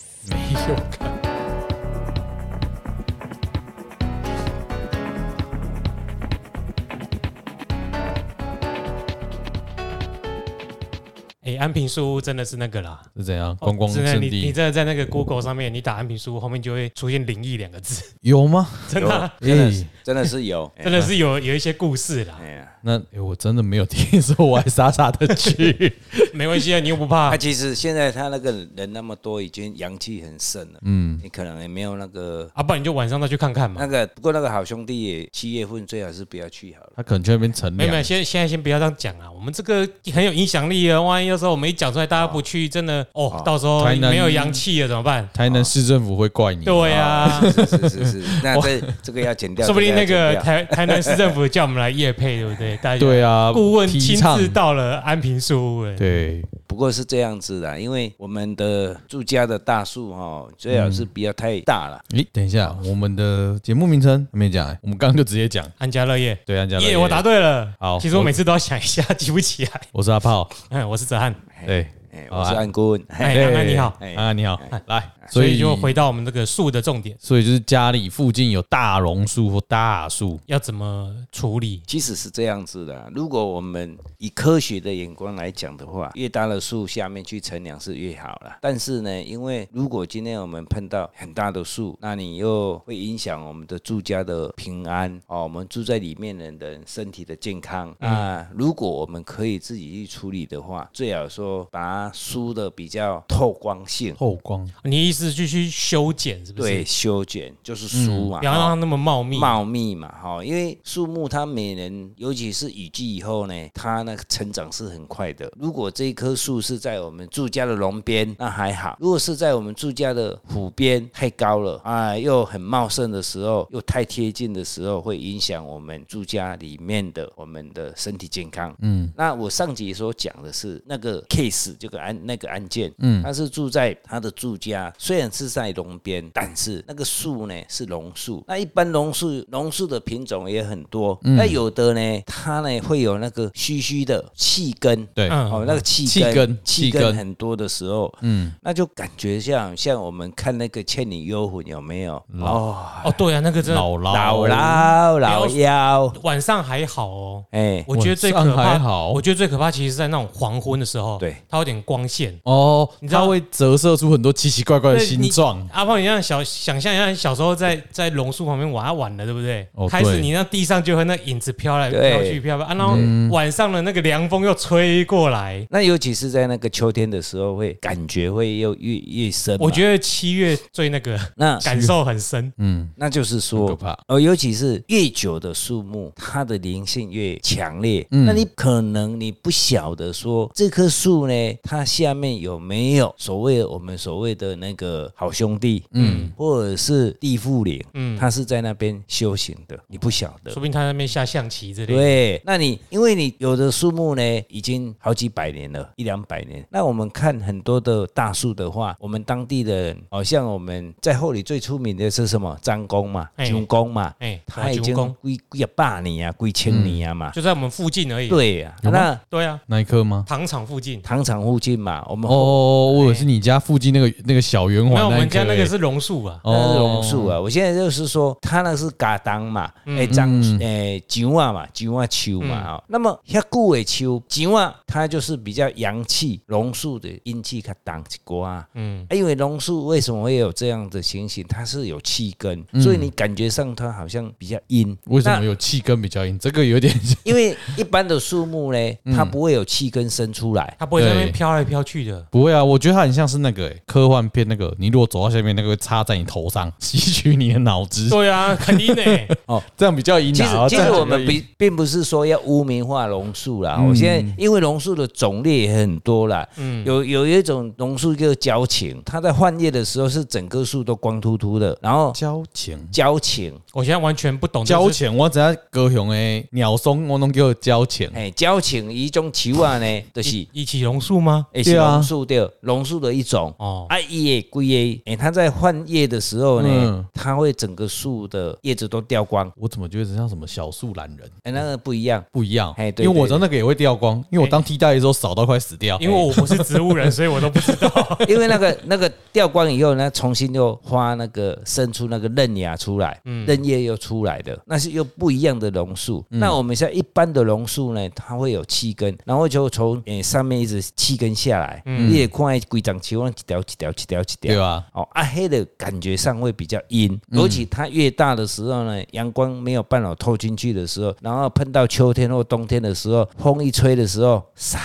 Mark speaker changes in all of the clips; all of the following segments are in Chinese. Speaker 1: 给我看。哎、安平书屋真的是那个啦，
Speaker 2: 是怎样？观哦光
Speaker 1: 真的，
Speaker 2: 圣
Speaker 1: 你哦啊你
Speaker 2: 地
Speaker 1: 真的在那个 Google 上面，你打安平书屋后面就会出现灵异两个字，
Speaker 2: 有吗？
Speaker 1: 真的啊、
Speaker 3: 真的是
Speaker 2: 哎
Speaker 3: 真的是有，
Speaker 1: 真的是有有一些故事啦
Speaker 3: 哎。呀，
Speaker 2: 那哎我真的没有听说， 我还傻傻的 去。
Speaker 1: 没关系啊，你又不怕
Speaker 2: 哎
Speaker 3: 他。其实现在他那个人那么多，已经阳气很盛了，嗯，你可能也没有那个
Speaker 1: 啊，不然你就晚上再去看看
Speaker 2: 哎
Speaker 1: 嘛
Speaker 3: 那。个，不过那个好兄弟也七月份最好是不要去好了。
Speaker 2: 他可能去那边乘
Speaker 1: 没有没有，
Speaker 2: 凉。
Speaker 1: 现现在先不要这样讲啊，我们这个很有影响力啊，万一到时候我们一讲出来，大家不去，真的哦，到时候
Speaker 2: 台南
Speaker 1: 没有阳气了怎么办？
Speaker 2: 台南市政府会怪你。哦
Speaker 1: 对 啊，
Speaker 3: 是是是是，那这这个要剪掉，
Speaker 1: 说不定那个
Speaker 3: 这要剪掉
Speaker 1: 台台南市政府叫我们来夜配，对不对？大家
Speaker 2: 对啊，
Speaker 1: 顾问
Speaker 2: 提
Speaker 1: 亲
Speaker 2: 倡
Speaker 1: 自到了安平书屋，哎，
Speaker 2: 对，
Speaker 3: 不过是这样子的，因为我们的住家的大树哈，最
Speaker 1: 嗯
Speaker 3: 好是不要太大了。
Speaker 2: 诶，等一下，我们的节目名称还没讲、欸，我们刚刚就直接讲。
Speaker 1: 安家乐业，
Speaker 2: 对，安家乐
Speaker 1: 耶，我答，对了。
Speaker 2: 好
Speaker 1: 其实我
Speaker 2: 我
Speaker 1: 每次都要想一下，记不起来。
Speaker 2: 我是阿炮。
Speaker 1: 嗯，我是泽汉，
Speaker 2: 对，
Speaker 3: 哎，
Speaker 2: 好
Speaker 3: 我是安顾问，
Speaker 1: 哎安安你好哎
Speaker 2: 安安你好，来，
Speaker 1: 所
Speaker 2: 所
Speaker 1: 以
Speaker 2: 以
Speaker 1: 就回到我们这个树的重点，
Speaker 2: 所以就是家里附近有大榕树或大树，
Speaker 1: 要怎么处理？
Speaker 3: 其实是这样子的，啊如果我们以科学的眼光来讲的话，越大的树下面去乘凉是越好了。但是呢，因为如果今天我们碰到很大的树，那你又会影响我们的住家的平安哦，我们住在里面的人身体的健康。
Speaker 1: 嗯
Speaker 3: 那如果我们可以自己去处理的话，最好说把它梳的比较透光性，
Speaker 2: 透光，
Speaker 1: 你意思就去修剪，是不是
Speaker 3: 对，？修剪就是梳嘛，
Speaker 1: 不要让它
Speaker 3: 哦
Speaker 1: 那么茂密。
Speaker 3: 茂密嘛，哈，因为树木它每年，尤其是雨季以后呢，它那个成长是很快的。如果这一棵树是在我们住家的龙边，那还好；如果是在我们住家的湖边，太高了啊，又很茂盛的时候，又太贴近的时候，会影响我们住家里面的我们的身体健康。嗯，那我上集所讲的是那个 case 这个案那个案件，嗯，他是住在他的住家，虽然是在龙边，但是那个树呢是榕树。那一般榕树榕树的品种也很多，那、有的呢，它呢会有那个虚虚的气根，
Speaker 2: 对，
Speaker 1: 嗯
Speaker 3: 哦，那个气
Speaker 2: 气
Speaker 3: 根
Speaker 2: 根
Speaker 3: 气
Speaker 2: 气根
Speaker 3: 根很多的时候，嗯，那就感觉像像我们看那个《倩女幽魂》有没有？哦，
Speaker 1: 哦，对啊，那个真的
Speaker 2: 老老
Speaker 3: 老老老妖，
Speaker 1: 晚上还好哦。
Speaker 3: 哎，
Speaker 1: 我觉得最可
Speaker 2: 晚上
Speaker 1: 怕，
Speaker 2: 还好
Speaker 1: 我觉得最可怕其实是在那种黄昏的时候，
Speaker 3: 对，
Speaker 1: 它有点光线。
Speaker 2: 哦，
Speaker 1: 你知道
Speaker 2: 它会折射出很多奇奇怪怪的
Speaker 1: 对
Speaker 2: 形状
Speaker 1: 你，阿胖，你像小想象一下，小时候在在榕树旁边玩啊玩的，对不对？
Speaker 2: 哦
Speaker 1: 开始
Speaker 2: 对
Speaker 1: 你那地上就会那影子飘来
Speaker 3: 对
Speaker 1: 飘去飘来啊，然后晚上的那个凉风又吹过来。
Speaker 3: 那尤其是在那个秋天的时候，会感觉会又越越深嘛。
Speaker 1: 我觉得七月最那个
Speaker 3: 那
Speaker 1: 感受很深，
Speaker 2: 嗯，
Speaker 3: 那就是说，
Speaker 2: 很可怕
Speaker 3: 哦，尤其是越久的树木，它的灵性越强烈。那你可能你不晓得说这棵树呢，它下面有没有所谓我们所谓的那个好兄弟，嗯，或者是地缚灵，嗯，它是在那边修行的，你不晓得
Speaker 1: 说。不定他在那边下象棋之类的。
Speaker 3: 对，那你因为你有的树木呢，已经好几百年了，一两百年。那我们看很多的大树的话，我们当地的人，好、像我们在后里最出名的是什么？张公嘛，
Speaker 1: 哎
Speaker 3: 九公嘛，
Speaker 1: 哎，
Speaker 3: 他
Speaker 1: 他
Speaker 3: 已
Speaker 1: 鞠
Speaker 3: 经
Speaker 1: 躬
Speaker 3: 归归百年啊，归千年啊嘛。
Speaker 1: 就在我们附近而已。
Speaker 3: 对呀、
Speaker 2: 有吗
Speaker 3: 那
Speaker 1: 对啊，
Speaker 2: 那一刻吗？
Speaker 1: 糖厂附近。
Speaker 3: 糖厂附近嘛，我们后
Speaker 2: 哦，我以为是你家附近那个那个小圆环
Speaker 1: 没
Speaker 2: 一刻欸，哦
Speaker 1: 有，我们家那个是榕树啊。
Speaker 3: 那是榕树啊。我现在就是说，它那是嘎当嘛，哎张哎姜啊嘛，姜啊秋嘛啊。那么遐久的秋姜啊，它就是比较阳气，榕树的阴气较当一寡。哎
Speaker 1: 嗯，
Speaker 3: 因为榕树为什么会有这样的情形？它是有气根，所以你感觉上它好像比较阴。
Speaker 2: 为什
Speaker 3: 那
Speaker 2: 么有气根比较硬？这个有 点像
Speaker 3: 因为一般的树木呢，它不会有气根生出来。
Speaker 1: 它不会在那边
Speaker 2: 对
Speaker 1: 飘来飘去的。
Speaker 2: 不会啊，我觉得它很像是那个、欸、科幻片那个，你如果走到下面，那个会插在你头上，吸取你的脑汁，哦
Speaker 1: 对啊，肯定的。
Speaker 2: 这样比较硬
Speaker 3: 其实
Speaker 2: 啊。
Speaker 3: 其
Speaker 2: 这样
Speaker 3: 实
Speaker 2: 比较
Speaker 3: 我们
Speaker 2: 硬
Speaker 3: 并并不是说要污名化榕树啦，我现在因为榕树的种类也很多啦，有有一种榕树叫交情，它在换叶的时候是整棵树都光秃秃的，然后
Speaker 2: 交情。
Speaker 3: 交情，
Speaker 1: 我现在完全不懂这是
Speaker 2: 交钱，我只要高雄的鸟松，我拢叫我交钱。
Speaker 3: 哎，交情一种树啊呢，就是
Speaker 1: 一起榕树吗？
Speaker 3: 哎
Speaker 2: 对
Speaker 3: 是
Speaker 2: 啊
Speaker 3: 榕树对，榕树的一种
Speaker 1: 哦
Speaker 3: 啊，伊会归叶，哎，它在换叶的时候
Speaker 2: 嗯
Speaker 3: 呢，它会整个树的叶子都掉光，
Speaker 2: 我怎么觉得像什么小树懒人
Speaker 3: 哎，那个不一样。
Speaker 2: 不一样？
Speaker 3: 哎对
Speaker 2: 因为我
Speaker 3: 对
Speaker 2: 的那个也会掉光，因为我当替代的时候少到快死掉。
Speaker 1: 因为我不是植物人，所以我都不知 道。
Speaker 3: 因为那个那个掉光以后呢，重新又花那个生出那个嫩芽出来，嫩叶又出来的，那是又不一样的榕树。那我们像一般的榕树呢，它会有七根，然后就从诶上面一直七根下来，你也看规整球，一条一条一条一条
Speaker 2: 对。吧？
Speaker 3: 哦，暗黑的感觉上会比较阴，尤其它越大的时候呢，阳光没有办法透进去的时候，然后碰到秋天或冬天的时候，风一吹的时候，唰，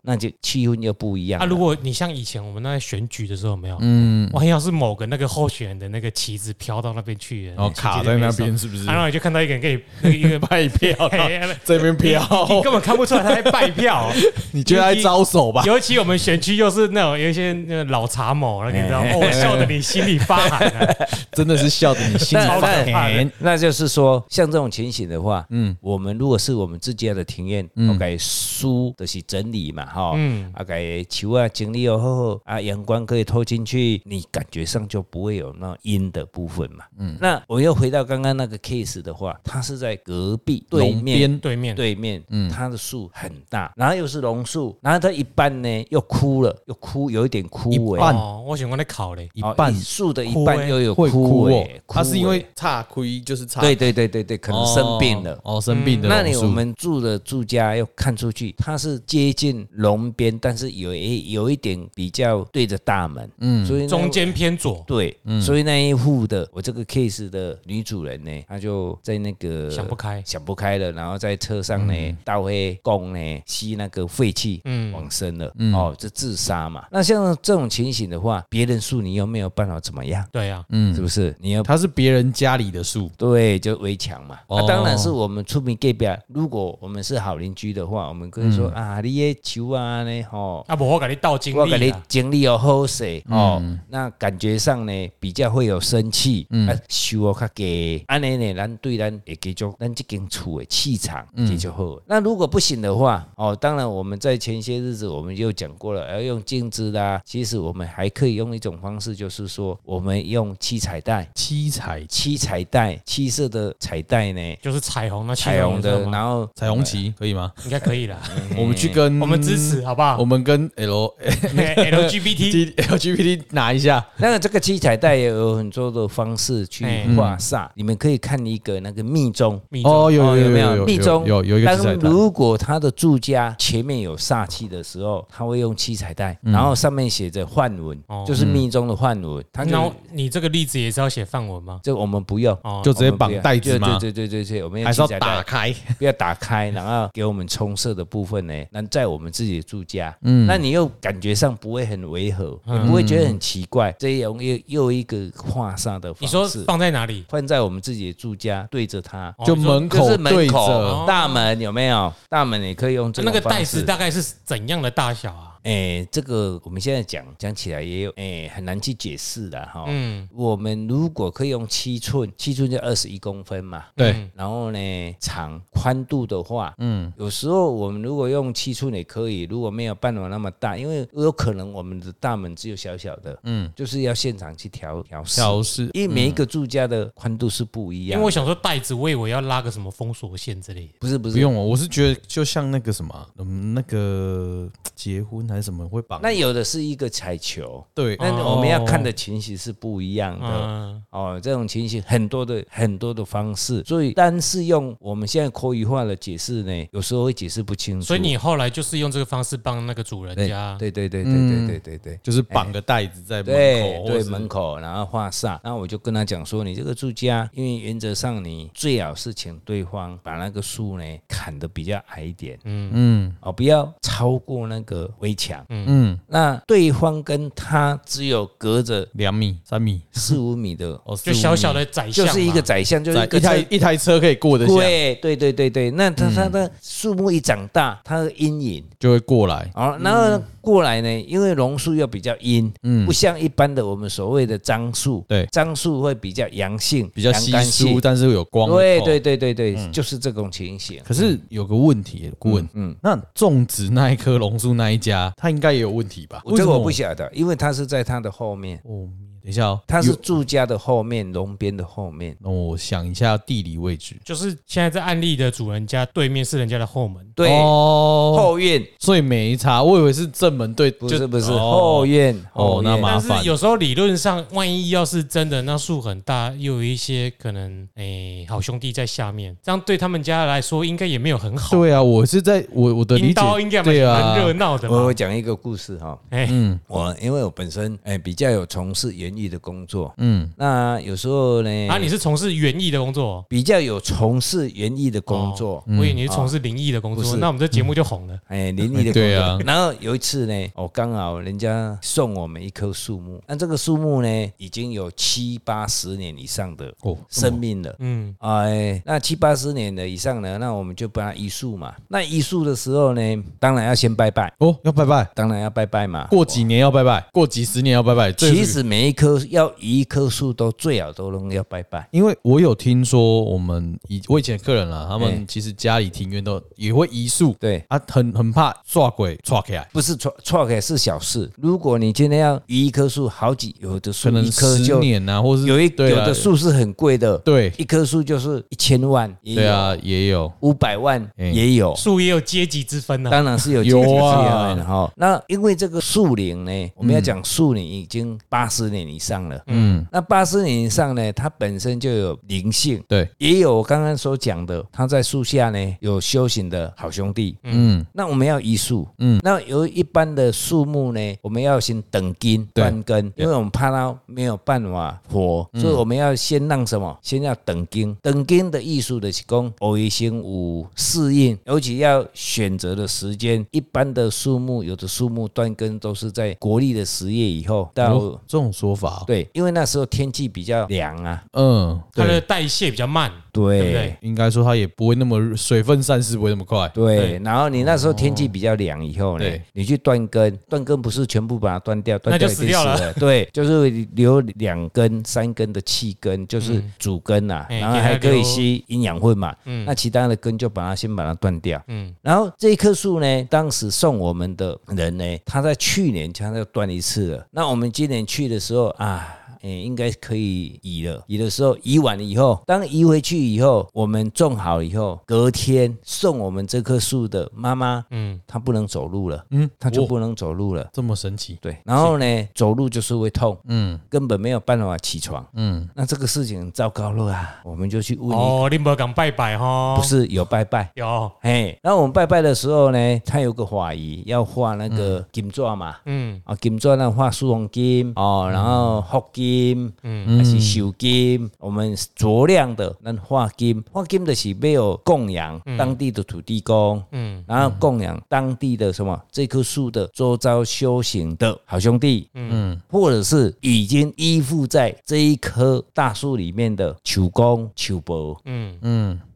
Speaker 3: 那就气氛又不一样
Speaker 1: 啊，
Speaker 3: 了。
Speaker 1: 如果你像以前我们那在选举的时候，有没有，嗯，万一要是某个那个候选人的那个旗子飘到那边去了，
Speaker 2: 然后哦卡在那边，是不是
Speaker 1: 啊？然后你就看到一个人给你那个一个
Speaker 2: 拜票
Speaker 1: 嘿哎
Speaker 2: 然后这边飘，
Speaker 1: 你根本看不出来他在拜票。
Speaker 2: 你觉得他在招手吧？
Speaker 1: 尤其我们选区又是那种有一些那个老茶某，你知道，哦，我笑得你心里发寒啊。
Speaker 2: 真的是笑得你心里
Speaker 1: 超
Speaker 2: 发
Speaker 1: 可怕的
Speaker 2: 寒。
Speaker 3: 那就是说，像这种情形的话，嗯，我们如果是我们自家的庭院，
Speaker 2: 嗯
Speaker 3: 我该书就是整理嘛，哈，嗯，啊该球啊整理哦后啊，阳光可以透进去，你感觉上就不会有那阴的部分嘛，嗯，那我又回到刚刚那个 case 的话，它是在隔壁对
Speaker 2: 龙
Speaker 3: 面。
Speaker 2: 边
Speaker 1: 对面，
Speaker 3: 对面，嗯，它的树很大，然后又是榕树，然后它一半呢又枯了，又枯，有一点枯
Speaker 2: 一
Speaker 3: 萎，
Speaker 2: 半
Speaker 1: 哦，我想讲在考嘞，
Speaker 2: 一
Speaker 3: 哦
Speaker 2: 半
Speaker 3: 树的一
Speaker 1: 枯萎
Speaker 3: 半又有
Speaker 2: 会哭
Speaker 3: 枯
Speaker 2: 哦
Speaker 3: 萎，，
Speaker 2: 他
Speaker 3: 枯
Speaker 2: 是因为
Speaker 3: 萎
Speaker 2: 差亏就是差，
Speaker 3: 对对对对对，可能生病了，
Speaker 2: 哦，生病的
Speaker 3: 那
Speaker 2: 榕
Speaker 3: 里
Speaker 2: 树
Speaker 3: 我们住的住家要看出去，它是接近龙边，但是有一有一点比较对着大门，嗯，所以那
Speaker 1: 中间偏左，
Speaker 3: 对，所以那一户的我这个 case 的女主人呢，她就在那个
Speaker 1: 想不开
Speaker 3: 想不开了，然后在车上呢倒黑供呢吸那个废气，嗯，往生了，哦，这自杀嘛。那像这种情形的话，别人诉你又没有办法怎么样，
Speaker 1: 对啊，
Speaker 3: 嗯，是不是？你要
Speaker 2: 他是别人家里的树，
Speaker 3: 对，就围墙嘛。那、
Speaker 2: 哦
Speaker 3: 当然是我们出名隔壁。如果我们是好邻居的话，我们可以说、啊，你的球啊呢，吼，
Speaker 1: 啊，不啊我给你倒经
Speaker 3: 我给
Speaker 1: 历
Speaker 3: 你
Speaker 1: 啦，
Speaker 3: 经历有好势哦，那感觉上呢比较会有生气，啊，修哦较低，安尼呢，咱对咱也给就咱这间厝的气场也就好了。那如果不行的话，哦，当然我们在前些日子我们就讲过了，要用镜子啦。其实我们还可以用一种方式，就是说我们用七彩带。
Speaker 2: 七彩
Speaker 3: 七彩带，七色的彩带呢，
Speaker 1: 就是彩虹那
Speaker 3: 彩虹的，
Speaker 1: 吗？
Speaker 3: 然后
Speaker 2: 彩虹旗可以吗？
Speaker 1: 应该可以啦，
Speaker 2: 我们去跟
Speaker 3: 嗯
Speaker 1: 我们支持好不好
Speaker 2: 我们跟 L
Speaker 1: 那个 LGBT
Speaker 2: T LGBT 拿一下，
Speaker 3: 那个这个七彩带也有很多的方式去画煞，你们可以看一个那个密宗。
Speaker 1: 密宗
Speaker 2: 哦，有
Speaker 3: 哦
Speaker 2: 有
Speaker 3: 有没
Speaker 2: 有
Speaker 3: 密宗
Speaker 2: 有有有一个七彩
Speaker 3: 当
Speaker 2: 带，
Speaker 3: 如果他的住家前面有煞气的时候，他会用七彩带，
Speaker 2: 嗯
Speaker 3: 然后上面写着梵文，就是密宗的梵文。他
Speaker 1: 那
Speaker 3: 就
Speaker 1: 我你这个例子也是要写范文吗？
Speaker 3: 这我们不用，
Speaker 1: 哦，
Speaker 2: 就直接绑带子
Speaker 3: 对啊
Speaker 2: 嘛，
Speaker 3: 对对对对对，我们
Speaker 2: 还是
Speaker 3: 七
Speaker 2: 要
Speaker 3: 彩
Speaker 2: 打
Speaker 3: 带
Speaker 2: 开？
Speaker 3: 不要打开，然后给我们冲射的部分呢，那在我们自己的住家，嗯，那你又感觉上不会很违和，
Speaker 2: 嗯
Speaker 3: 也不会觉得很奇怪，这也用又又一个画煞的
Speaker 1: 你
Speaker 3: 方
Speaker 1: 说
Speaker 3: 式，
Speaker 1: 放在哪里？
Speaker 3: 放在我们自己的住家，对着它。
Speaker 1: 哦
Speaker 2: 就
Speaker 1: 你说
Speaker 2: 门
Speaker 3: 就
Speaker 2: 口
Speaker 3: 是门
Speaker 2: 对着
Speaker 3: 口哦嗯大门有没有？大门也可以用这
Speaker 1: 哦那个
Speaker 3: 种方
Speaker 1: 袋子
Speaker 3: 式。
Speaker 1: 大概是怎样的大小啊？
Speaker 3: 哎，这个我们现在讲讲起来也有哎很难去解释的哈。
Speaker 1: 嗯，
Speaker 3: 我们如果可以用七寸，七寸就二十一公分嘛，
Speaker 2: 对，
Speaker 3: 然后呢，长宽度的话，嗯，有时候我们如果用七寸也可以，如果没有办法那么大，因为有可能我们的大门只有小小的，嗯，就是要现场去调调试，
Speaker 2: 调试
Speaker 3: 因为每一个住家的宽度是不一
Speaker 1: 因
Speaker 3: 样
Speaker 1: 为
Speaker 3: 的。
Speaker 1: 我想说袋子，我以为要拉个什么封锁线之类的。
Speaker 3: 不是不
Speaker 2: 不
Speaker 3: 是，
Speaker 2: 用哦，我是觉得就像那个什么，嗯，那个结婚还是什么会绑
Speaker 3: 那有的是一个彩球，
Speaker 2: 对，哦
Speaker 3: 那我们要看的情形是不一样的。
Speaker 1: 嗯，
Speaker 3: 哦，这种情形很多的很多的方式，所以单是用我们现在口语化的解释呢，有时候会解释不清楚。
Speaker 1: 所以你啊后来就是用这个方式帮那个主人
Speaker 3: 对
Speaker 1: 家，
Speaker 3: 对对对对
Speaker 2: 嗯
Speaker 3: 对对对对。
Speaker 2: 就是绑个袋子在门
Speaker 3: 对
Speaker 2: 口，或
Speaker 3: 对，
Speaker 2: 是
Speaker 3: 门口，然后画煞，然后我就跟他讲说，你这个住家，因为原则上你最好是请对方把那个树呢砍得比较矮一点，嗯嗯，哦，不要超过那个围墙，嗯嗯，那对方跟他只有隔着
Speaker 2: 两米、三米，，
Speaker 3: 四五米的
Speaker 2: 哦，
Speaker 1: 就小小
Speaker 2: 的，
Speaker 1: 的宰相
Speaker 3: 就
Speaker 1: 嘛，
Speaker 3: 是一个宰相，就是
Speaker 2: 在
Speaker 3: 一个
Speaker 2: 一台
Speaker 3: 车
Speaker 2: 一台车可以过得下，
Speaker 3: 对对对对对，那
Speaker 2: 嗯
Speaker 3: 他他的树木一长大，它的阴影
Speaker 2: 就会过来。
Speaker 3: 哦，然后
Speaker 2: 嗯
Speaker 3: 呢过来呢，因为榕树又比较阴，嗯，不像一般的我们所谓的樟树，
Speaker 2: 对
Speaker 3: 樟树会比较阳性，
Speaker 2: 比较稀
Speaker 3: 阳刚
Speaker 2: 疏，
Speaker 3: 性，
Speaker 2: 但是又有光。
Speaker 3: 对对。对对对，
Speaker 2: 嗯
Speaker 3: 就是这种情形。嗯
Speaker 2: 可是有个问题，顾问，嗯，那种植那一棵榕树那一家，啊，它应该也有问题吧？
Speaker 3: 我这个我不
Speaker 2: 为什
Speaker 3: 晓得，因为它是在它的后面，
Speaker 2: 么我？哦，等一下哦，
Speaker 3: 它是
Speaker 2: 有
Speaker 3: 住家的后面，龙边的后面。
Speaker 2: 让我想一下地理位置。
Speaker 1: 就是现在这案例的主人家对面是人家的后门，
Speaker 3: 对，
Speaker 2: 哦，
Speaker 3: 后院
Speaker 2: 所以没差，我以为是正门对，
Speaker 3: 不
Speaker 2: 就是
Speaker 3: 不是
Speaker 2: 哦
Speaker 3: 后院
Speaker 2: 哦
Speaker 3: 后
Speaker 2: 那
Speaker 3: 院
Speaker 2: 麻
Speaker 1: 但
Speaker 2: 烦
Speaker 1: 是有时候理论上，万一要是真的，那树很大，又有一些可能诶、好兄弟在下面，这样对他们家来说应该也没有很好。
Speaker 2: 对啊，我是在我我的
Speaker 1: 阴
Speaker 2: 理解
Speaker 1: 刀应该蛮
Speaker 2: 对啊嗯
Speaker 1: 蛮热闹的
Speaker 3: 我
Speaker 1: 嘛
Speaker 3: 我。讲一个故事哈，
Speaker 1: 哎、
Speaker 3: 我因为我本身哎、比较有从事园艺的工作，
Speaker 2: 嗯，
Speaker 3: 那有时候呢，
Speaker 1: 啊，你是从事园艺的工作、哦？
Speaker 3: 比较有从事园艺的工作，
Speaker 1: 哦
Speaker 2: 嗯
Speaker 1: 我以为你是从事灵异的工
Speaker 3: 不
Speaker 1: 作，
Speaker 3: 是
Speaker 2: 啊
Speaker 1: 那我们这节目就红了。
Speaker 3: 哎，林立的
Speaker 2: 对啊
Speaker 3: 工作然后有一次呢，哦，刚好人家送我们一棵树木，那这个树木呢，已经有七八十年以上的
Speaker 2: 哦，
Speaker 3: 生命了。
Speaker 1: 嗯，
Speaker 3: 哎，那七八十年的以上呢，那我们就把它移树嘛。那移树的时候呢，当然要先拜拜，
Speaker 2: 哦，要拜拜，
Speaker 3: 当然要拜拜嘛。
Speaker 2: 过几年要拜拜，过几十年要拜拜。这
Speaker 3: 其
Speaker 2: 是
Speaker 3: 实每一棵要移一棵树都最好都能要拜拜。
Speaker 2: 因为我有听说，我们以我以前的客人啦，他们
Speaker 3: 哎
Speaker 2: 其实家里庭院都也会移树，
Speaker 3: 对，
Speaker 2: 啊，很很怕抓鬼抓起来，
Speaker 3: 不是错错开是小事。如果你今天要移一棵树，好几有的树
Speaker 2: 可能
Speaker 3: 一棵
Speaker 2: 十
Speaker 3: 就
Speaker 2: 年啊，或是
Speaker 3: 有一
Speaker 2: 对
Speaker 3: 有
Speaker 2: 啊
Speaker 3: 的树是很贵的，
Speaker 2: 对
Speaker 3: 一棵树就是一千万，
Speaker 2: 对
Speaker 3: 也有
Speaker 2: 啊，也有
Speaker 3: 五百万
Speaker 2: 嗯
Speaker 3: 也有，
Speaker 1: 树也有阶级之分呢、
Speaker 3: 当然是有
Speaker 2: 有啊
Speaker 3: 阶级之分的哈。那因为这个树龄呢，我们要讲树龄已经八十年以上了，嗯，那八十年以上呢，它本身就有灵性。
Speaker 2: 对，
Speaker 3: 也有我刚刚所讲的，它在树下呢有修行的好兄弟。
Speaker 2: 嗯，
Speaker 3: 那我们要移树，嗯，那由一般的树木呢，我们要先等根
Speaker 2: 对
Speaker 3: 断根，因为我们怕它没有办法活，所以我们要先让什么？先要等根。等根的艺术的是讲，偶一先有适应，尤其要选择的时间。一般的树木，有的树木断根都是在国历的十月以后到
Speaker 2: 哦，这种说法哦，
Speaker 3: 对，因为那时候天气比较凉啊，
Speaker 2: 嗯，
Speaker 1: 它的
Speaker 2: 对，
Speaker 1: 代谢比较慢，对不
Speaker 3: 对
Speaker 1: 对。
Speaker 2: 应该说它也不会那么水分散失不会那么快，
Speaker 3: 对，然后你那时候天气
Speaker 1: 哦
Speaker 3: 比较凉以后呢
Speaker 2: 对，
Speaker 3: 你去断根，断根不是全部把它断掉，断
Speaker 1: 那
Speaker 3: 掉
Speaker 1: 就
Speaker 3: 已经
Speaker 1: 死掉了
Speaker 3: 了。对，就是留两根、三根的气根，就是主根啊呐、
Speaker 1: 哎
Speaker 3: 然后
Speaker 1: 给它
Speaker 3: 还可
Speaker 1: 留
Speaker 3: 以吸营养分嘛。那其他的根就把它先把它断掉。
Speaker 1: 嗯，
Speaker 3: 然后这一棵树呢，当时送我们的人呢，他在去年他就断一次了。那我们今年去的时候啊。诶、应该可以移了。移的时候，移完了以后，当移回去以后，我们种好以后，隔天送我们这棵树的妈妈，嗯，她不能走路了，嗯，她就
Speaker 2: 哦
Speaker 3: 不能走路了。
Speaker 2: 这么神奇，
Speaker 3: 对，然后呢，走路就是会痛，
Speaker 2: 嗯
Speaker 3: 根本没有办法起床。
Speaker 2: 嗯，
Speaker 3: 那这个事情很糟糕了啊！我们就去问你，
Speaker 1: 哦，你不敢拜拜哈？
Speaker 3: 不是有拜拜，
Speaker 1: 有，
Speaker 3: 哎，那我们拜拜的时候呢，他有个法仪要画那个金砖嘛，
Speaker 1: 嗯，
Speaker 3: 啊，金砖呢画四红金哦，然后福金，嗯，还是寿金，我们酌量的咱画金，画金的是没有供养当地的土地公，嗯，然后供养当地的什么这棵树的周遭修行的好兄弟，嗯，或者是已经依附在这一棵大树里面的求公求伯，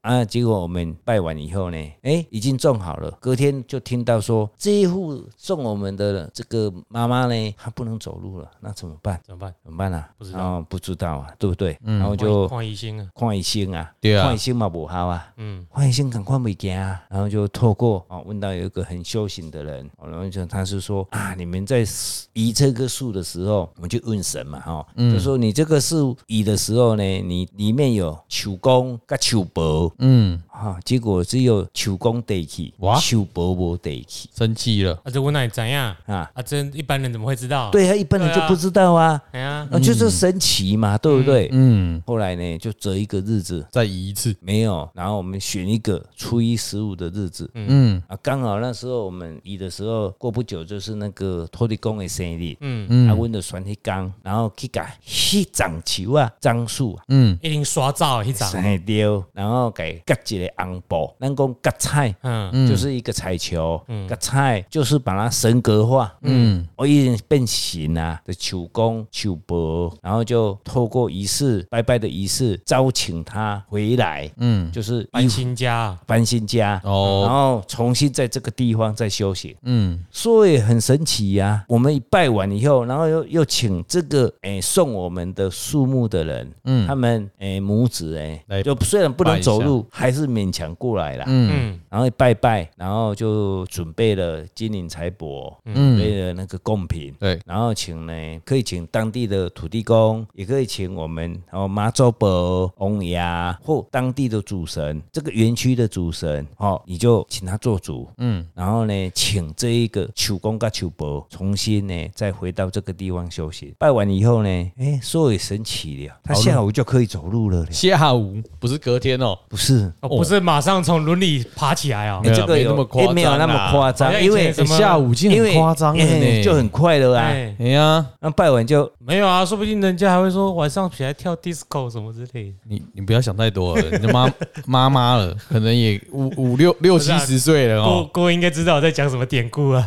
Speaker 3: 啊，结果我们拜完以后呢，哎，已经种好了。隔天就听到说，这一户送我们的这个妈妈呢，她不能走路了，那怎么办？
Speaker 1: 怎么办？
Speaker 3: 怎么办啊？
Speaker 1: 不知道嗯
Speaker 3: 然后不知道啊，对不对？然后就
Speaker 1: 换医生啊，
Speaker 3: 看医生啊，
Speaker 2: 对啊
Speaker 3: 看医生嘛不好啊，
Speaker 1: 嗯，
Speaker 3: 看医生赶快没行啊。然后就透过啊，问到有一个很修行的人，哦然后就他是说啊，你们在移这棵树的时候，我们就问神嘛，哈、
Speaker 2: 嗯
Speaker 3: 就说你这个树移的时候呢，你里面有求公跟求伯，
Speaker 2: 嗯，
Speaker 3: 啊，结果只有手工地去
Speaker 2: 哇，
Speaker 3: 手薄薄地去
Speaker 2: 生气了，
Speaker 1: 啊，这我哪里怎样？
Speaker 3: 啊。
Speaker 1: 啊，这一般人怎么会知道？，
Speaker 3: 对啊，一般人就
Speaker 1: 对啊
Speaker 3: 不知道啊，
Speaker 1: 哎呀，
Speaker 3: 啊就是神奇嘛，对不对？
Speaker 2: 嗯，
Speaker 3: 后来呢，就择一个日子
Speaker 2: 再移一次，
Speaker 3: 没有，然后我们选一个初一十五的日子
Speaker 2: 嗯
Speaker 3: 啊，刚好那时候我们移的时候，过不久就是那个托地公的生日，
Speaker 1: 嗯，
Speaker 3: 啊，
Speaker 2: 嗯
Speaker 3: 阮就选迄天，然后去改去长树啊，樟树啊，
Speaker 2: 嗯，
Speaker 1: 一定刷照一张，
Speaker 3: 生掉，然后给割一个红布，咱讲割菜。
Speaker 1: 嗯，
Speaker 2: 嗯
Speaker 3: 就是一个彩球，个菜就是把它神格化，
Speaker 2: 嗯
Speaker 3: 我一人变形啊的求公求伯，然后就透过仪式拜拜的仪式招请他回来，
Speaker 2: 嗯，
Speaker 3: 就是
Speaker 1: 搬新家啊，
Speaker 3: 搬新家，然
Speaker 2: 哦，
Speaker 3: 后重新在这个地方再修行。
Speaker 2: 嗯
Speaker 3: 所以很神奇呀、我们一拜完以后，然后又又请这个诶、送我们的树木的人，哎
Speaker 2: 嗯
Speaker 3: 他们诶、母子诶、
Speaker 2: 来
Speaker 3: 就虽然不能走路，还是勉强过来啦。
Speaker 1: 嗯
Speaker 3: 然后拜拜，然后就准备了金银财帛，
Speaker 2: 嗯
Speaker 3: 准备了那个贡品，
Speaker 2: 对，
Speaker 3: 然后请呢，可以请当地的土地公，也可以请我们哦妈祖伯、翁牙或当地的主神，这个园区的主神哦，你就请他做主，嗯，然后呢，请这一个求公跟求伯重新呢再回到这个地方休息。拜完以后呢，哎，说也神奇了，他下午就可以走路了嘞，
Speaker 2: 下午不是隔天哦，
Speaker 3: 不是？
Speaker 1: 哦，不是马上从轮椅爬起来啊
Speaker 2: 没？
Speaker 3: 哎
Speaker 2: 有
Speaker 3: 这个有
Speaker 2: 那么夸张啊
Speaker 3: 哎没有那么夸
Speaker 1: 好像
Speaker 3: 张，
Speaker 1: 以前
Speaker 3: 因为
Speaker 1: 什么
Speaker 2: 欸下午已经
Speaker 3: 因
Speaker 2: 很
Speaker 3: 为
Speaker 2: 夸张了
Speaker 3: 哎
Speaker 2: 呢，
Speaker 3: 就很快乐啊。
Speaker 1: 哎，
Speaker 2: 哎呀，
Speaker 3: 那拜完就
Speaker 1: 没有啊，说不定人家还会说晚上起来跳 disco 什么之类的。
Speaker 2: 你你不要想太多了，你的妈妈妈了，可能也五五六六
Speaker 1: 是
Speaker 2: 七
Speaker 1: 啊
Speaker 2: 十岁了
Speaker 1: 郭
Speaker 2: 哦，
Speaker 1: 郭应该知道我在讲什么典故啊。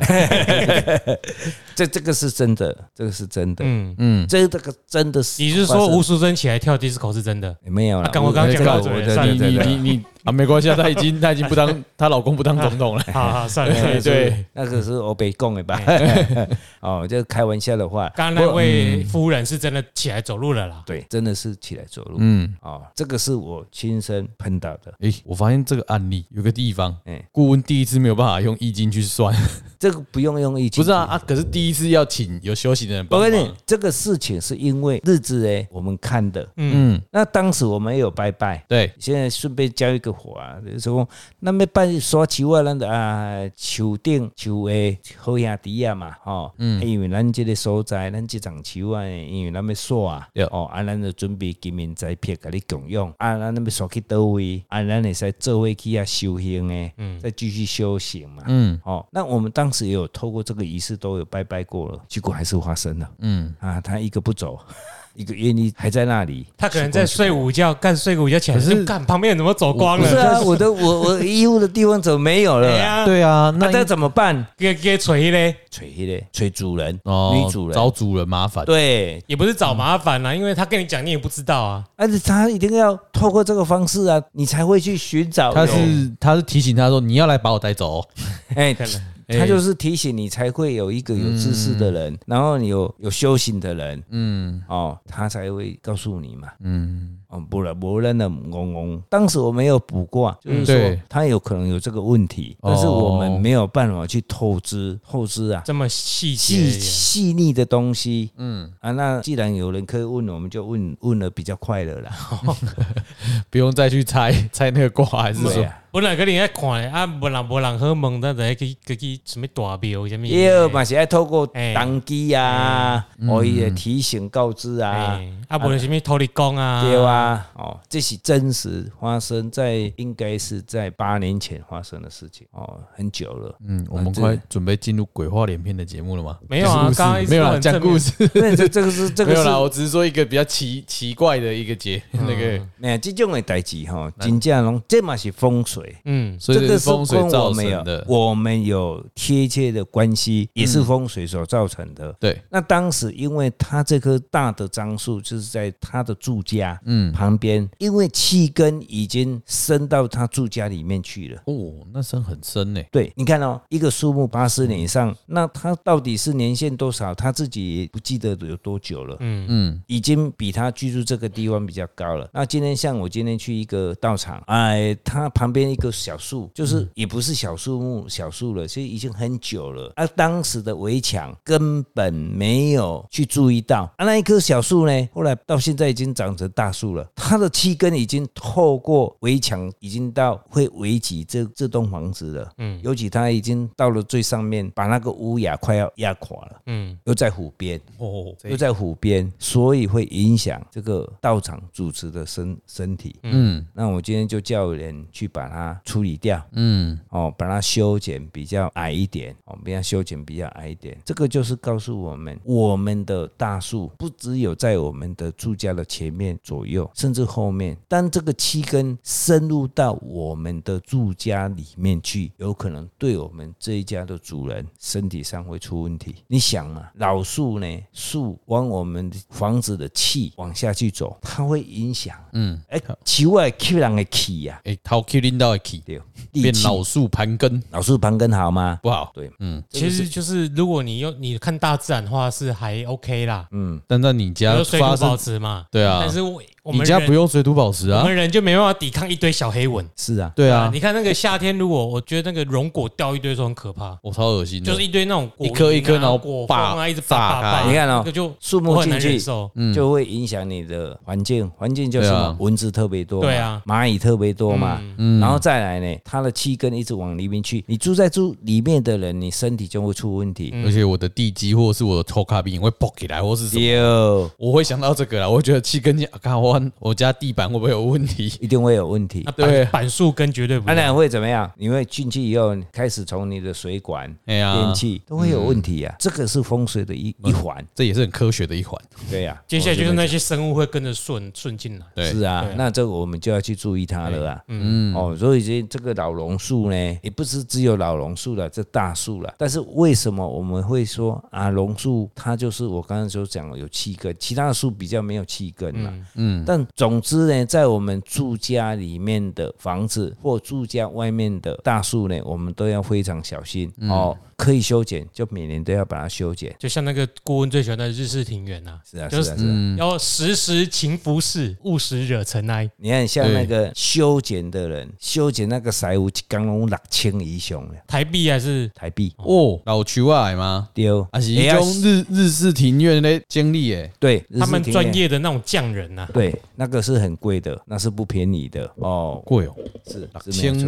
Speaker 3: 这这个是真的，这个是真的，
Speaker 1: 嗯，
Speaker 2: 嗯，
Speaker 3: 这这个真的是
Speaker 1: 你是
Speaker 3: 发
Speaker 1: 说
Speaker 3: 生哎
Speaker 1: 吴淑珍起来跳 disco 是真的？
Speaker 3: 没有了
Speaker 1: 啊？刚我刚讲到嘴
Speaker 3: 我
Speaker 1: 了，
Speaker 3: 的
Speaker 1: 算了
Speaker 2: 你
Speaker 3: 对
Speaker 2: 你
Speaker 3: 对
Speaker 2: 你你啊，没关系啊，她已经她已经不当她老公不当总统了，哎
Speaker 1: 好好算了算了。
Speaker 2: 对对，
Speaker 3: 那个是我被供的吧？ 哦，这开玩笑的话，
Speaker 1: 哎 刚刚那位夫人是真的起来走路了啦。
Speaker 3: 对，真的是起来走路
Speaker 2: 嗯，
Speaker 3: 哦，这个是我亲身碰到的，
Speaker 2: 诶，我发现这个案例有个地方
Speaker 3: 哎，
Speaker 2: 顾问第一次没有办法用易经去算，
Speaker 3: 这个不用用疫情，
Speaker 2: 不是啊啊，可是第一次要请有修行的人帮
Speaker 3: 我
Speaker 2: 忙
Speaker 3: 跟，你这个事情是因为日子哎，我们看的，
Speaker 2: 嗯，
Speaker 3: 那当时我们也有拜拜，
Speaker 2: 对，
Speaker 3: 现在顺便交一个火啊，就是说那么办刷球啊，咱就啊树顶树诶好兄弟啊嘛，吼、
Speaker 2: 嗯
Speaker 3: 因为咱这个所在，咱这场球啊，因为咱要刷啊
Speaker 2: 对，
Speaker 3: 哦，啊，咱就准备金银财帛给你共用，啊，咱那么刷去倒位，啊，咱会使做伙去啊修行诶，再继续修行嘛，
Speaker 2: 嗯
Speaker 3: 哦，那我们当时也有透过这个仪式都有拜拜过了，结果还是发生了
Speaker 2: 嗯，
Speaker 3: 啊，他一个不走， 一个愿意还在那里，
Speaker 1: 他可能在睡午觉，干睡个午觉起来，
Speaker 2: 可是
Speaker 1: 就干旁边人怎么走光
Speaker 3: 不是
Speaker 1: 了？
Speaker 3: 啊，我的我我医务的地方怎么没有
Speaker 1: 对
Speaker 3: 了啊？
Speaker 1: 呀，
Speaker 2: 对啊，
Speaker 3: 那
Speaker 2: 那
Speaker 3: 这怎么办？
Speaker 1: 给给锤嘞，
Speaker 3: 催嘞，催主人，
Speaker 2: 哦
Speaker 3: 女主人
Speaker 2: 找，主人麻烦，
Speaker 3: 对，
Speaker 1: 也不是找麻烦啦，因为他跟你讲，你也不知道啊。
Speaker 3: 而且他一定要透过这个方式啊，你才会去寻找。
Speaker 2: 他是他是提醒他说你要来把我带走 哦，
Speaker 3: 哎，
Speaker 1: 可能
Speaker 3: 他就是提醒你，才会有一个有知识的
Speaker 2: 嗯
Speaker 3: 人，然后你有有修行的人，嗯，哦，他才会告诉你嘛，嗯，哦，不然不然的嗡嗡。当时我没有卜卦，就是
Speaker 2: 对
Speaker 3: 说他有可能有这个问题，但是我们
Speaker 2: 哦
Speaker 3: 没有办法去透支，透支啊，
Speaker 1: 这么细
Speaker 3: 细
Speaker 1: 节，
Speaker 3: 细腻的东西，嗯啊，那既然有人可以问，我们就问问了比较快乐啦。
Speaker 2: 不用再去猜 猜那个卦还 是什
Speaker 3: 对
Speaker 2: 么。
Speaker 3: 啊，
Speaker 1: 本来跟你在看的啊，无人无人好问，咱在去去去什么大庙什么的。
Speaker 3: 也有嘛是爱透过
Speaker 1: 哎
Speaker 3: 当机啊，哦
Speaker 2: 嗯
Speaker 3: 伊的提醒告知啊，
Speaker 1: 哎，啊，无就什么土地公啊，
Speaker 3: 对啊，哦，这是真实发生在应该是在八年前发生的事情哦，很久了。
Speaker 2: 嗯，我们
Speaker 3: 这
Speaker 2: 快准备进入鬼话连篇的节目了吗？
Speaker 1: 没有啊
Speaker 2: 讲故事
Speaker 1: 刚刚一直
Speaker 2: 没有
Speaker 1: 都
Speaker 2: 啦，
Speaker 1: 很
Speaker 2: 讲
Speaker 1: 正面
Speaker 2: 故事
Speaker 3: 那这这个是 这
Speaker 2: 没
Speaker 3: 个
Speaker 2: 有啦，
Speaker 3: 是，
Speaker 2: 我只是说一个比较奇奇怪的一个节
Speaker 1: 嗯
Speaker 2: 那个，
Speaker 3: 哎呀，这种的代志吼，真正拢这嘛是风水，
Speaker 1: 嗯，
Speaker 2: 所以
Speaker 3: 这
Speaker 2: 是
Speaker 3: 个是
Speaker 2: 风水
Speaker 3: 跟我
Speaker 2: 造
Speaker 3: 们
Speaker 2: 成
Speaker 3: 有
Speaker 2: 的。
Speaker 3: 我们有贴切的关系，也是风水所造成的。
Speaker 2: 对，
Speaker 3: 那当时因为他这棵大的樟树就是在他的住家
Speaker 2: 嗯，
Speaker 3: 旁边，因为气根已经伸到他住家里面去了。
Speaker 2: 哦，那深很深呢。
Speaker 3: 对，你看哦，一个树木八十年以上，那它到底是年限多少，他自己也不记得有多久了。嗯嗯，已经比他居住这个地方比较高了。那今天像我今天去一个道场，哎，它旁边一个小树，就是也不是小树木、小树了，其实已经很久了。啊，当时的围墙根本没有去注意到，啊，那一棵小树呢，后来到现在已经长成大树了，它的气根已经透过围墙，已经到会围及这这栋房子了。嗯，尤其它已经到了最上面，把那个屋压快要压垮了。嗯，又在湖边，
Speaker 2: 哦，
Speaker 3: 又在湖边，所以会影响这个道场主持的身身体。
Speaker 2: 嗯
Speaker 3: 那我今天就叫人去把它处理掉。
Speaker 2: 嗯，
Speaker 3: 哦，把它修剪比较矮一点，哦，把它修剪比较矮一点。这个就是告诉我们，我们的大树不只有在我们的住家的前面、左右，甚至后面。当这个七根深入到我们的住家里面去，有可能对我们这一家的主人身体上会出问题。你想嘛，老树呢，树往我们的房子的气往下去走，它会影响，嗯，哎，奇怪，气人的气呀、
Speaker 2: 哎，掏 Q 拎到 K，
Speaker 3: 对，地
Speaker 2: 变
Speaker 3: 气
Speaker 2: 老树盘根
Speaker 3: 老树盘根好吗？
Speaker 2: 不好。
Speaker 3: 对，
Speaker 1: 其实就是如果你用你看大自然的话是还 OK 啦，
Speaker 2: 但在你家
Speaker 1: 有水土
Speaker 2: 发
Speaker 1: 保
Speaker 2: 生，
Speaker 1: 持嘛，
Speaker 2: 嗯对啊
Speaker 1: 但，是我我
Speaker 2: 你
Speaker 1: 们
Speaker 2: 家
Speaker 1: 人
Speaker 2: 不用水土保持
Speaker 1: 我
Speaker 2: 啊？
Speaker 1: 们人就没办法抵抗一堆小黑蚊。
Speaker 3: 是啊，
Speaker 2: 对啊
Speaker 1: 你，看那个夏天，如果我觉得那个溶果掉一堆的时候很可怕，
Speaker 2: 我超恶心的，
Speaker 1: 就是一堆那种果
Speaker 2: 嗯一颗一颗
Speaker 1: 蝇啊
Speaker 2: 然后
Speaker 1: 果
Speaker 2: 炸
Speaker 1: 风啊，一直
Speaker 2: 炸
Speaker 1: 炸
Speaker 2: 开
Speaker 1: 炸，
Speaker 3: 你看哦
Speaker 1: 这个就
Speaker 3: 树木
Speaker 1: 我很难
Speaker 3: 进去
Speaker 1: 忍受。
Speaker 3: 就会影响你的环境，环境就是什
Speaker 2: 嗯对
Speaker 3: 么
Speaker 2: 啊
Speaker 3: 蚊子特别多嘛，
Speaker 1: 对啊
Speaker 3: 蚂蚁特别多嘛，
Speaker 2: 嗯
Speaker 3: 然后再来呢，它的气根一直往里面去，你住在住里面的人，你身体就会出问
Speaker 1: 嗯
Speaker 3: 题。
Speaker 2: 而且我的地基或者是我的头卡饼会爆起来，或是什么，
Speaker 3: 有
Speaker 2: 我会想到这个啦。我会觉得气根筋，啊，看我我家地板会不会有问 题？
Speaker 3: 一定会有问题
Speaker 1: 那。
Speaker 2: 对
Speaker 1: 板板树根绝对不
Speaker 3: 当
Speaker 1: 一样。
Speaker 3: 然会怎么样？你会进去以后，开始从你的水管、
Speaker 2: 哎呀嗯
Speaker 3: 电器都会有问题啊。这个是风水的一一环，
Speaker 2: 这也是很科学的一环。
Speaker 3: 对啊呀。
Speaker 1: 接下来就是那些生物会跟着顺顺进来。
Speaker 2: 对，
Speaker 3: 是啊
Speaker 1: 对，
Speaker 3: 那这个我们就要去注意它了啊。嗯，哦，所以这这个老榕树呢，也不是只有老榕树了，这大树了。但是为什么我们会说啊，榕树它就是我刚刚所讲的有气根，其他的树比较没有气根了。嗯，但总之呢，在我们住家里面的房子或住家外面的大树呢，我们都要非常小心哦。可以修剪，就每年都要把它修剪。
Speaker 1: 就像那个顾问最喜欢的日式庭园啊，
Speaker 3: 是啊，是
Speaker 1: 就
Speaker 3: 啊，
Speaker 1: 是
Speaker 3: 是啊。
Speaker 1: 要时时勤拂拭，勿使惹尘埃。
Speaker 3: 你看，像
Speaker 2: 对
Speaker 3: 那个修剪的人，修剪那个师傅一工拢六千以上了，
Speaker 1: 台币还是
Speaker 3: 台币
Speaker 2: 哦，老区外吗？
Speaker 3: 对哦，
Speaker 2: 啊，是
Speaker 3: 会
Speaker 2: 一
Speaker 3: 晓
Speaker 2: 种日日式庭院的经历诶。
Speaker 3: 对
Speaker 1: 他们专。
Speaker 3: 日式庭院
Speaker 1: 业的那种匠人呐、啊。
Speaker 3: 对，那个是很贵的，那是不便宜的哦，
Speaker 2: 贵哦，
Speaker 3: 是
Speaker 2: 六千，呢！
Speaker 3: 是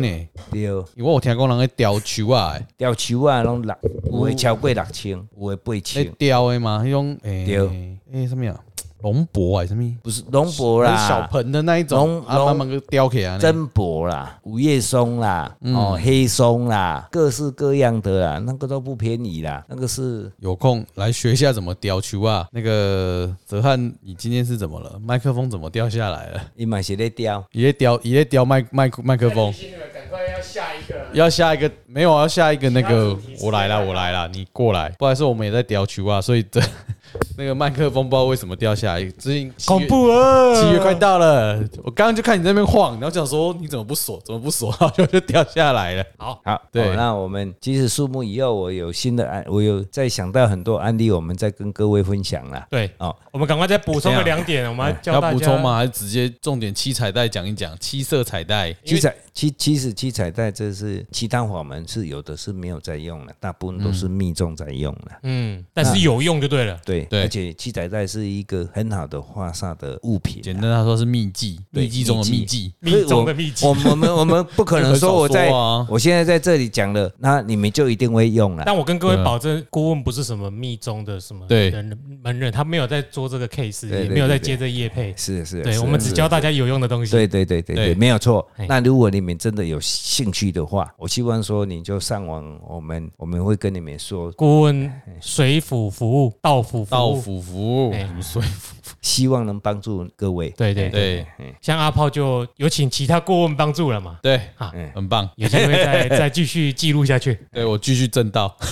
Speaker 3: 没有错对，哦
Speaker 2: 因为我有听讲人在雕球啊，
Speaker 3: 吊球啊，拢六，有的超过六千，有的八
Speaker 2: 在
Speaker 3: 千，
Speaker 2: 雕的嘛，那种诶
Speaker 3: 雕
Speaker 2: 诶什么呀，龙柏还是什么？
Speaker 3: 不是龙柏
Speaker 2: 很小
Speaker 3: 啦，
Speaker 2: 盆的那一种，
Speaker 3: 龙
Speaker 2: 啊，嗯慢慢给雕起来。
Speaker 3: 真柏啦，五叶松啦，哦，黑松啦，各式各样的啦，那个都不便宜啦，那个是
Speaker 2: 有空来学一下怎么雕球啊！那个泽汉，你今天是怎么了？麦克风怎么掉下来了？
Speaker 3: 你买谁在雕？
Speaker 2: 你在 雕，你在雕麦麦克麦克风，
Speaker 1: 赶快要下一个，
Speaker 2: 要下一个没有啊？要下一个那个
Speaker 1: 其他主题，是
Speaker 2: 我来啦，我来啦，你过来。不好意思，我们也在雕球啊，所以这 那个麦克风不知道为什么掉下来，最近七
Speaker 1: 恐。
Speaker 2: 月
Speaker 1: 怖啊！
Speaker 2: 七月快到了，我刚刚就看你在那边晃，然后想说你怎么不锁，怎么不锁， 然后就掉下来了。
Speaker 1: 好，
Speaker 3: 好，
Speaker 2: 对
Speaker 3: 哦那我们即使树木以后，我有新的案，我有再想到很多案例，我们再跟各位分享啦。
Speaker 1: 对，
Speaker 3: 哦，
Speaker 1: 我们赶快再补充个两点，我们要教
Speaker 2: 要
Speaker 1: 大家
Speaker 2: 补充吗？？还是直接重点七彩带讲一讲？七色彩带，
Speaker 1: 因
Speaker 3: 七
Speaker 1: 为
Speaker 3: 彩七其实七彩带这是其他法门是有的是没有在用的，大部分都是密宗在用的。
Speaker 1: 嗯，但是有用就对了。
Speaker 3: 对，
Speaker 2: 对
Speaker 3: 而且七彩带是一个很好的化煞的物品
Speaker 2: 简
Speaker 3: 啊、
Speaker 2: 单来说是秘技，
Speaker 3: 对
Speaker 2: 秘技中的
Speaker 3: 秘
Speaker 2: 秘技。
Speaker 1: 密宗的秘籍
Speaker 3: 所以嗯我我们我们不可能说 我在
Speaker 2: 这很少说啊
Speaker 3: 我现在在这里讲了，那你们就一定会用了。
Speaker 1: 但我跟各位
Speaker 2: 对啊
Speaker 1: 保证，顾问不是什么密宗的什么
Speaker 2: 对
Speaker 1: 人门人，他没有在做这个 case，
Speaker 3: 对
Speaker 1: 也
Speaker 3: 对
Speaker 1: 没有在
Speaker 3: 对
Speaker 1: 接这业配。
Speaker 3: 是是，
Speaker 1: 对，
Speaker 3: 是
Speaker 1: 我们只
Speaker 3: 是
Speaker 1: 教大家有用的东西。
Speaker 3: 对对对对
Speaker 2: 对
Speaker 3: 对，没有错
Speaker 1: 嘿。
Speaker 3: 那如果你们真的有兴趣的话，我希望说你就上网，我们我们会跟你们说，
Speaker 1: 顾问水府服务、道府服务
Speaker 2: 哎道府服务，
Speaker 1: 哎
Speaker 2: 什么水府？
Speaker 3: 希望能帮助各位。哎
Speaker 1: 对对对，
Speaker 2: 对
Speaker 3: 嘿，
Speaker 1: 像阿炮就有请其他顾问帮助了嘛，
Speaker 2: 对
Speaker 1: 啊，
Speaker 2: 很棒。
Speaker 1: 有机会 再再继续记录下去。
Speaker 2: 对我继续正道，
Speaker 1: 反正
Speaker 2: 好累哦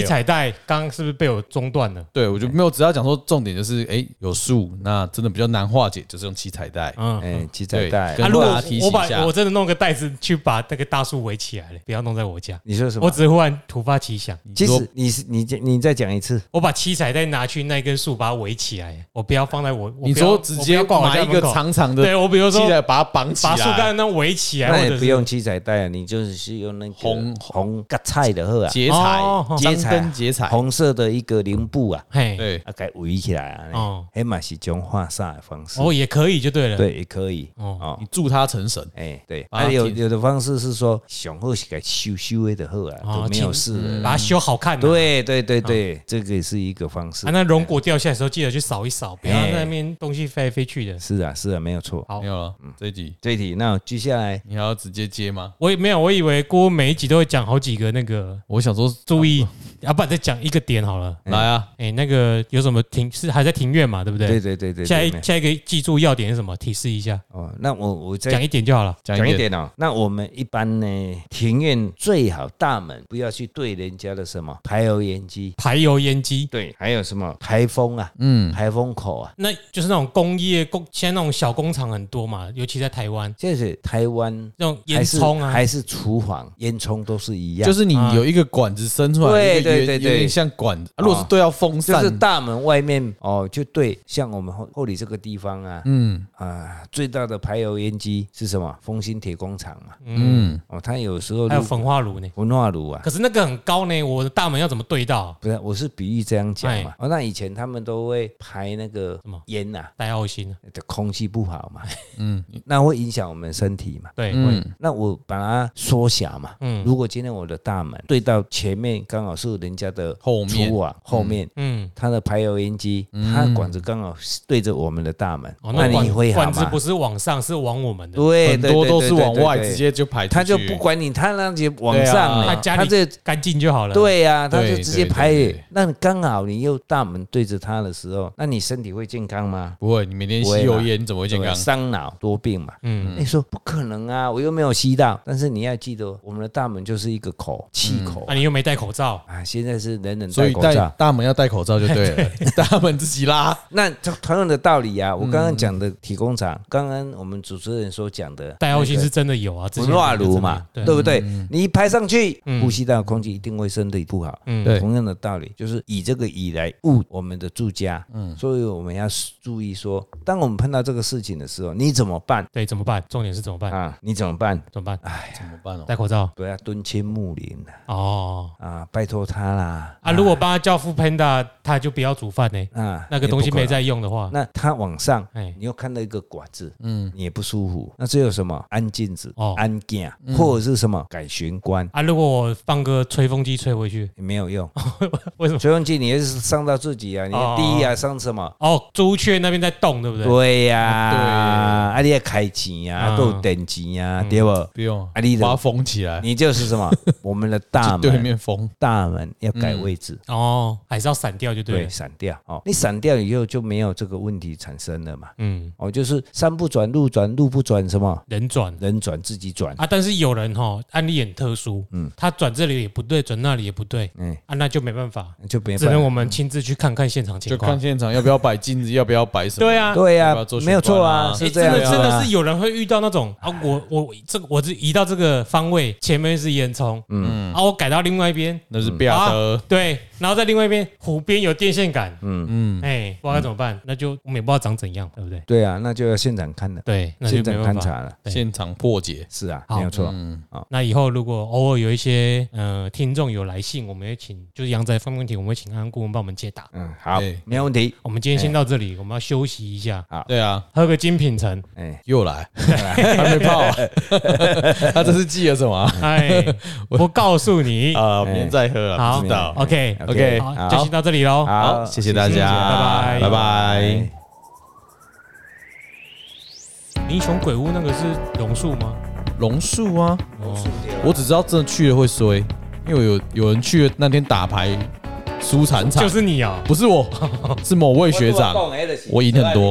Speaker 1: 七彩带刚刚是不是被我中断了？
Speaker 2: 对我就没有，只要讲说重点就是，哎，有树，那真的比较难化解，就是用七彩带。
Speaker 1: 嗯，
Speaker 3: 哎，七彩
Speaker 2: 对，
Speaker 3: 带，
Speaker 1: 啊，
Speaker 2: 跟
Speaker 1: 如果
Speaker 2: 大家
Speaker 1: 我
Speaker 2: 提醒
Speaker 1: 我
Speaker 2: 一下
Speaker 1: 把我，真的弄个袋子去把那个大树围起来了，不要弄在我家。
Speaker 3: 你说什
Speaker 1: 我
Speaker 3: 么？
Speaker 1: 只是忽然突发奇想，
Speaker 3: 其
Speaker 2: 说
Speaker 3: 实你是你你再讲一次，
Speaker 1: 我把七彩带拿去那根树把它围起来，我不要放在我。我
Speaker 2: 你
Speaker 1: 不要
Speaker 2: 说直接
Speaker 1: 我不要挂我
Speaker 2: 拿
Speaker 1: 家
Speaker 2: 一个
Speaker 1: 门口
Speaker 2: 长长的
Speaker 1: 对我比如
Speaker 2: 七
Speaker 1: 说
Speaker 2: 彩把它绑起
Speaker 1: 把树
Speaker 2: 来，
Speaker 1: 干那围起来，
Speaker 3: 那
Speaker 1: 或
Speaker 3: 也
Speaker 1: 者
Speaker 3: 不
Speaker 1: 是
Speaker 3: 用七彩带啊，你就是用那个
Speaker 2: 红
Speaker 3: 红割菜的呵啊，
Speaker 2: 结
Speaker 1: 哦
Speaker 2: 彩，
Speaker 3: 结
Speaker 2: 张
Speaker 3: 彩啊
Speaker 2: 灯结彩。
Speaker 3: 红色的一个零布啊，
Speaker 1: 嘿，
Speaker 2: 对，
Speaker 3: 啊，给它围起来啊
Speaker 1: 哦，
Speaker 3: 黑马是一种化煞的方式，
Speaker 1: 哦也可以就对了。
Speaker 3: 对，也可以
Speaker 1: 哦
Speaker 3: 哦
Speaker 2: 你。祝他成神。
Speaker 3: 哎、对，
Speaker 2: 把它
Speaker 3: 啊，有
Speaker 2: 贴
Speaker 3: 有的方式是说，上好是给修修的就好啊，
Speaker 1: 哦
Speaker 3: 都没有事了。
Speaker 1: 把它修好看啊。
Speaker 3: 嗯对对对对，这个也是一个方式
Speaker 1: 啊，。那龙骨掉下来的时候，记得去扫一扫，不要
Speaker 3: 哎
Speaker 1: 在那边东西飞来飞去的。
Speaker 3: 是啊是啊，没有错。
Speaker 1: 好
Speaker 2: 没，有了，这一集
Speaker 3: 这一题，那接下来
Speaker 2: 你还要直接接吗？
Speaker 1: 我也没有，我以为郭每一集都会讲好几个那个
Speaker 2: 我想说，
Speaker 1: 注
Speaker 3: 哦
Speaker 1: 意，要不然再讲一个点好了。
Speaker 2: 来啊，
Speaker 1: 哎，那个有什么庭是还在庭院嘛，对不对？
Speaker 3: 对对对对，
Speaker 1: 下一
Speaker 3: 对
Speaker 1: 下一个记住要点是什么？提示一下，
Speaker 3: 哦，那我我再
Speaker 1: 讲一点就好了。
Speaker 2: 讲
Speaker 3: 讲
Speaker 2: 一
Speaker 3: 一
Speaker 2: 点。
Speaker 3: 点哦。那我们一般呢，庭院最好大门不要去对人家的什么排油烟机，
Speaker 1: 排油烟机，
Speaker 3: 对，还有什么排风啊，
Speaker 2: 嗯，
Speaker 3: 排风口啊。
Speaker 1: 那就是那种工业工，现在那种小工厂很多嘛，尤其在台湾，
Speaker 3: 这是台湾
Speaker 1: 那种烟
Speaker 3: 还是
Speaker 1: 囱啊，
Speaker 3: 还是厨房烟囱都是一
Speaker 1: 啊
Speaker 3: 样，
Speaker 2: 就是你有一个管子伸出来，
Speaker 3: 对
Speaker 2: 一个
Speaker 3: 对对
Speaker 2: 有点
Speaker 3: 对
Speaker 2: 像管。啊如果
Speaker 1: 哦
Speaker 2: 是对要风
Speaker 3: 就
Speaker 2: 扇
Speaker 3: 是，大门外面哦，就对，像我们后后里这个地方啊，嗯啊，最大的排油烟机是什么？丰兴铁工厂嘛，
Speaker 2: 嗯，
Speaker 3: 哦，它有时候
Speaker 1: 还有
Speaker 3: 如
Speaker 1: 焚化炉呢。
Speaker 3: 文化炉啊，
Speaker 1: 可是那个很高呢，我的大门要怎么对到？
Speaker 3: 不是，我是比喻这样讲嘛。哦，那以前他们都会排那个
Speaker 1: 哎什么
Speaker 3: 烟呐，
Speaker 1: 戴奥辛啊，
Speaker 3: 的空气不好 嘛，嗯，那会影响我们身体嘛。
Speaker 1: 对，会
Speaker 3: 那我把它缩小嘛，
Speaker 1: 嗯
Speaker 3: 如果今天我的大门对到前面，刚好是人家的
Speaker 2: 后面
Speaker 3: 厨啊，后面。
Speaker 1: 嗯，
Speaker 3: 它的排油烟机，
Speaker 2: 嗯
Speaker 3: 它管子刚好是对着我们的大门，
Speaker 1: 哦，
Speaker 3: 那
Speaker 1: 管
Speaker 3: 你会好
Speaker 1: 管子
Speaker 3: 吗
Speaker 1: 不？是往上，是往我们的，
Speaker 3: 对，
Speaker 2: 很
Speaker 3: 哎对
Speaker 2: 多都是往外，
Speaker 3: 对对对对
Speaker 2: 直接就排出去。
Speaker 3: 他就不管你，他那就往
Speaker 2: 对啊
Speaker 3: 上
Speaker 1: 他
Speaker 3: 了，
Speaker 1: 家
Speaker 3: 他
Speaker 1: 里
Speaker 3: 这
Speaker 1: 干净就好了。，
Speaker 3: 对呀，他就
Speaker 2: 对
Speaker 3: 直接
Speaker 2: 对
Speaker 3: 排
Speaker 2: 对对。
Speaker 3: 那你刚好你又大门对着他的时候，那你身体会健康吗？
Speaker 2: 不会，你每天
Speaker 3: 不会
Speaker 2: 吸油
Speaker 3: 啦
Speaker 2: 烟，你怎么会健
Speaker 3: 对
Speaker 2: 康？
Speaker 3: 伤脑多病嘛。哎
Speaker 1: 嗯，
Speaker 3: 你说不可能啊，我又没有吸到。但是你要记得，我们的大门就是一个口，气口
Speaker 1: 那你又没戴口罩，
Speaker 3: 啊。现在是人人
Speaker 2: 嗯所
Speaker 3: 戴
Speaker 2: 以
Speaker 3: 口
Speaker 2: 戴
Speaker 3: 罩，
Speaker 2: 大门要戴口罩就 对了，大门自己拉。
Speaker 3: 那同同样的道理
Speaker 1: 嗯
Speaker 3: 啊。我刚刚讲的体工厂，刚刚我们主持人所讲的
Speaker 1: 戴奥辛是真的有啊，之前
Speaker 3: 焚化炉嘛，
Speaker 1: 对嗯
Speaker 3: 对，不对？你一排上去，呼吸到的空气一定会身体不好。
Speaker 1: 嗯
Speaker 2: 对
Speaker 3: 同样的道理，就是以这个以来误我们的住家。嗯，所以我们要注意说，当我们碰到这个事情的时候，你怎么办
Speaker 1: 对，怎么办？重点是怎么办？
Speaker 3: 啊？你怎么办？
Speaker 1: 怎么办？
Speaker 2: 怎么办哦？
Speaker 1: 戴口罩
Speaker 3: 不要蹲亲睦邻啊
Speaker 1: 哦
Speaker 3: 啊，拜托他啦
Speaker 1: 啊！如果帮他叫副 Panda，他就不要煮饭呢。
Speaker 3: 啊，
Speaker 1: 那个东西没
Speaker 3: 也不可
Speaker 1: 在用的话
Speaker 3: 能。，那他往上，
Speaker 1: 哎，
Speaker 3: 你又看到一个管子，嗯，你也不舒服。那这有什么？安静子、
Speaker 1: 哦
Speaker 3: 安静，啊或者是什么改玄关，
Speaker 1: 啊，如果我放个吹风机吹回去，
Speaker 3: 没有用。
Speaker 1: 为什么？
Speaker 3: 吹风机你也是伤到自己啊，你
Speaker 1: 哦
Speaker 3: 第一啊伤什么？
Speaker 1: 哦，朱雀那边在动，对不对？
Speaker 3: 对呀、
Speaker 2: 对
Speaker 3: 啊，你也开钱
Speaker 1: 啊
Speaker 3: 啊，都有等钱
Speaker 1: 嗯
Speaker 3: 啊，对不？
Speaker 2: 不用，
Speaker 3: 啊你怎
Speaker 2: 把
Speaker 3: 么
Speaker 2: 它封起来，
Speaker 3: 你就是什么？ 我们的大
Speaker 2: 就对
Speaker 3: 门，
Speaker 2: 面封。
Speaker 3: 大门要改位置，
Speaker 1: 哦，还是要散掉就对
Speaker 3: 对，
Speaker 1: 了。
Speaker 3: 闪掉哦。你闪掉以后就没有这个问题产生了嘛？
Speaker 1: 嗯，
Speaker 3: 哦，就是山不转路转，路不转什么？
Speaker 1: 人转
Speaker 3: 人转自己转，
Speaker 1: 啊，但是有人哈案例很特殊，嗯，他转这里也不对，转那里也不对，
Speaker 3: 嗯，
Speaker 1: 啊，那就没办法，
Speaker 3: 就没
Speaker 1: 只能
Speaker 3: 办
Speaker 1: 我们亲自去看看现场情
Speaker 2: 就看
Speaker 1: 况。
Speaker 2: 现场要不要摆镜子，要不要摆什么？
Speaker 1: 对啊
Speaker 3: 法。。对呀、
Speaker 2: 要不要做
Speaker 3: 没有错啊，
Speaker 2: 玄
Speaker 1: 哎
Speaker 3: 是这
Speaker 1: 真
Speaker 3: 样
Speaker 1: 的
Speaker 3: 子啊
Speaker 1: 真的是有人会遇到那种啊，我我这个我只移到这个方位，前面是烟囱，嗯，啊，我改到另外一边，
Speaker 2: 那是不要的。
Speaker 1: 对，然后在另外一边湖边有电线杆，嗯嗯，哎，不知道该怎么办，
Speaker 3: 嗯
Speaker 1: 那就我们也不知道长怎样，对不对？
Speaker 3: 对啊，那就要现场看了，
Speaker 1: 对，那
Speaker 3: 现
Speaker 1: 就没
Speaker 3: 场
Speaker 1: 办
Speaker 3: 勘
Speaker 1: 法。
Speaker 3: 察了，
Speaker 1: 对
Speaker 2: 现场破解，
Speaker 3: 是啊，
Speaker 1: 好
Speaker 3: 没有错。
Speaker 1: 那以后如果偶尔有一些呃听众有来信，我们也请就是杨仔方面问题，我们会请安安顾问帮我们解答。
Speaker 3: 嗯，好
Speaker 2: 对，
Speaker 3: 没有问题。
Speaker 1: 我们今天
Speaker 2: 哎
Speaker 1: 先到这里，我们要休息一下，
Speaker 2: 对啊，
Speaker 1: 喝个精品橙。
Speaker 3: 哎，
Speaker 2: 又来，还没泡啊， 他这是记了什么啊？
Speaker 1: 哎， 我告诉你，
Speaker 2: 啊，明天再喝啊，
Speaker 1: 哎好
Speaker 2: 不知道。
Speaker 1: ，OK
Speaker 2: OK，
Speaker 1: 好，
Speaker 3: 好
Speaker 1: 就先到这里喽。
Speaker 2: 好，谢谢大
Speaker 1: 谢谢
Speaker 2: 家，
Speaker 1: 拜拜
Speaker 2: 拜拜。
Speaker 1: 英雄鬼屋那个是榕树吗？
Speaker 2: 榕树啊，
Speaker 1: 哦，
Speaker 2: 我只知道真的去了会衰，因为有有人去了那天打牌输惨惨
Speaker 1: 就，是你啊。
Speaker 2: 不是我，是某位学长，我赢很多。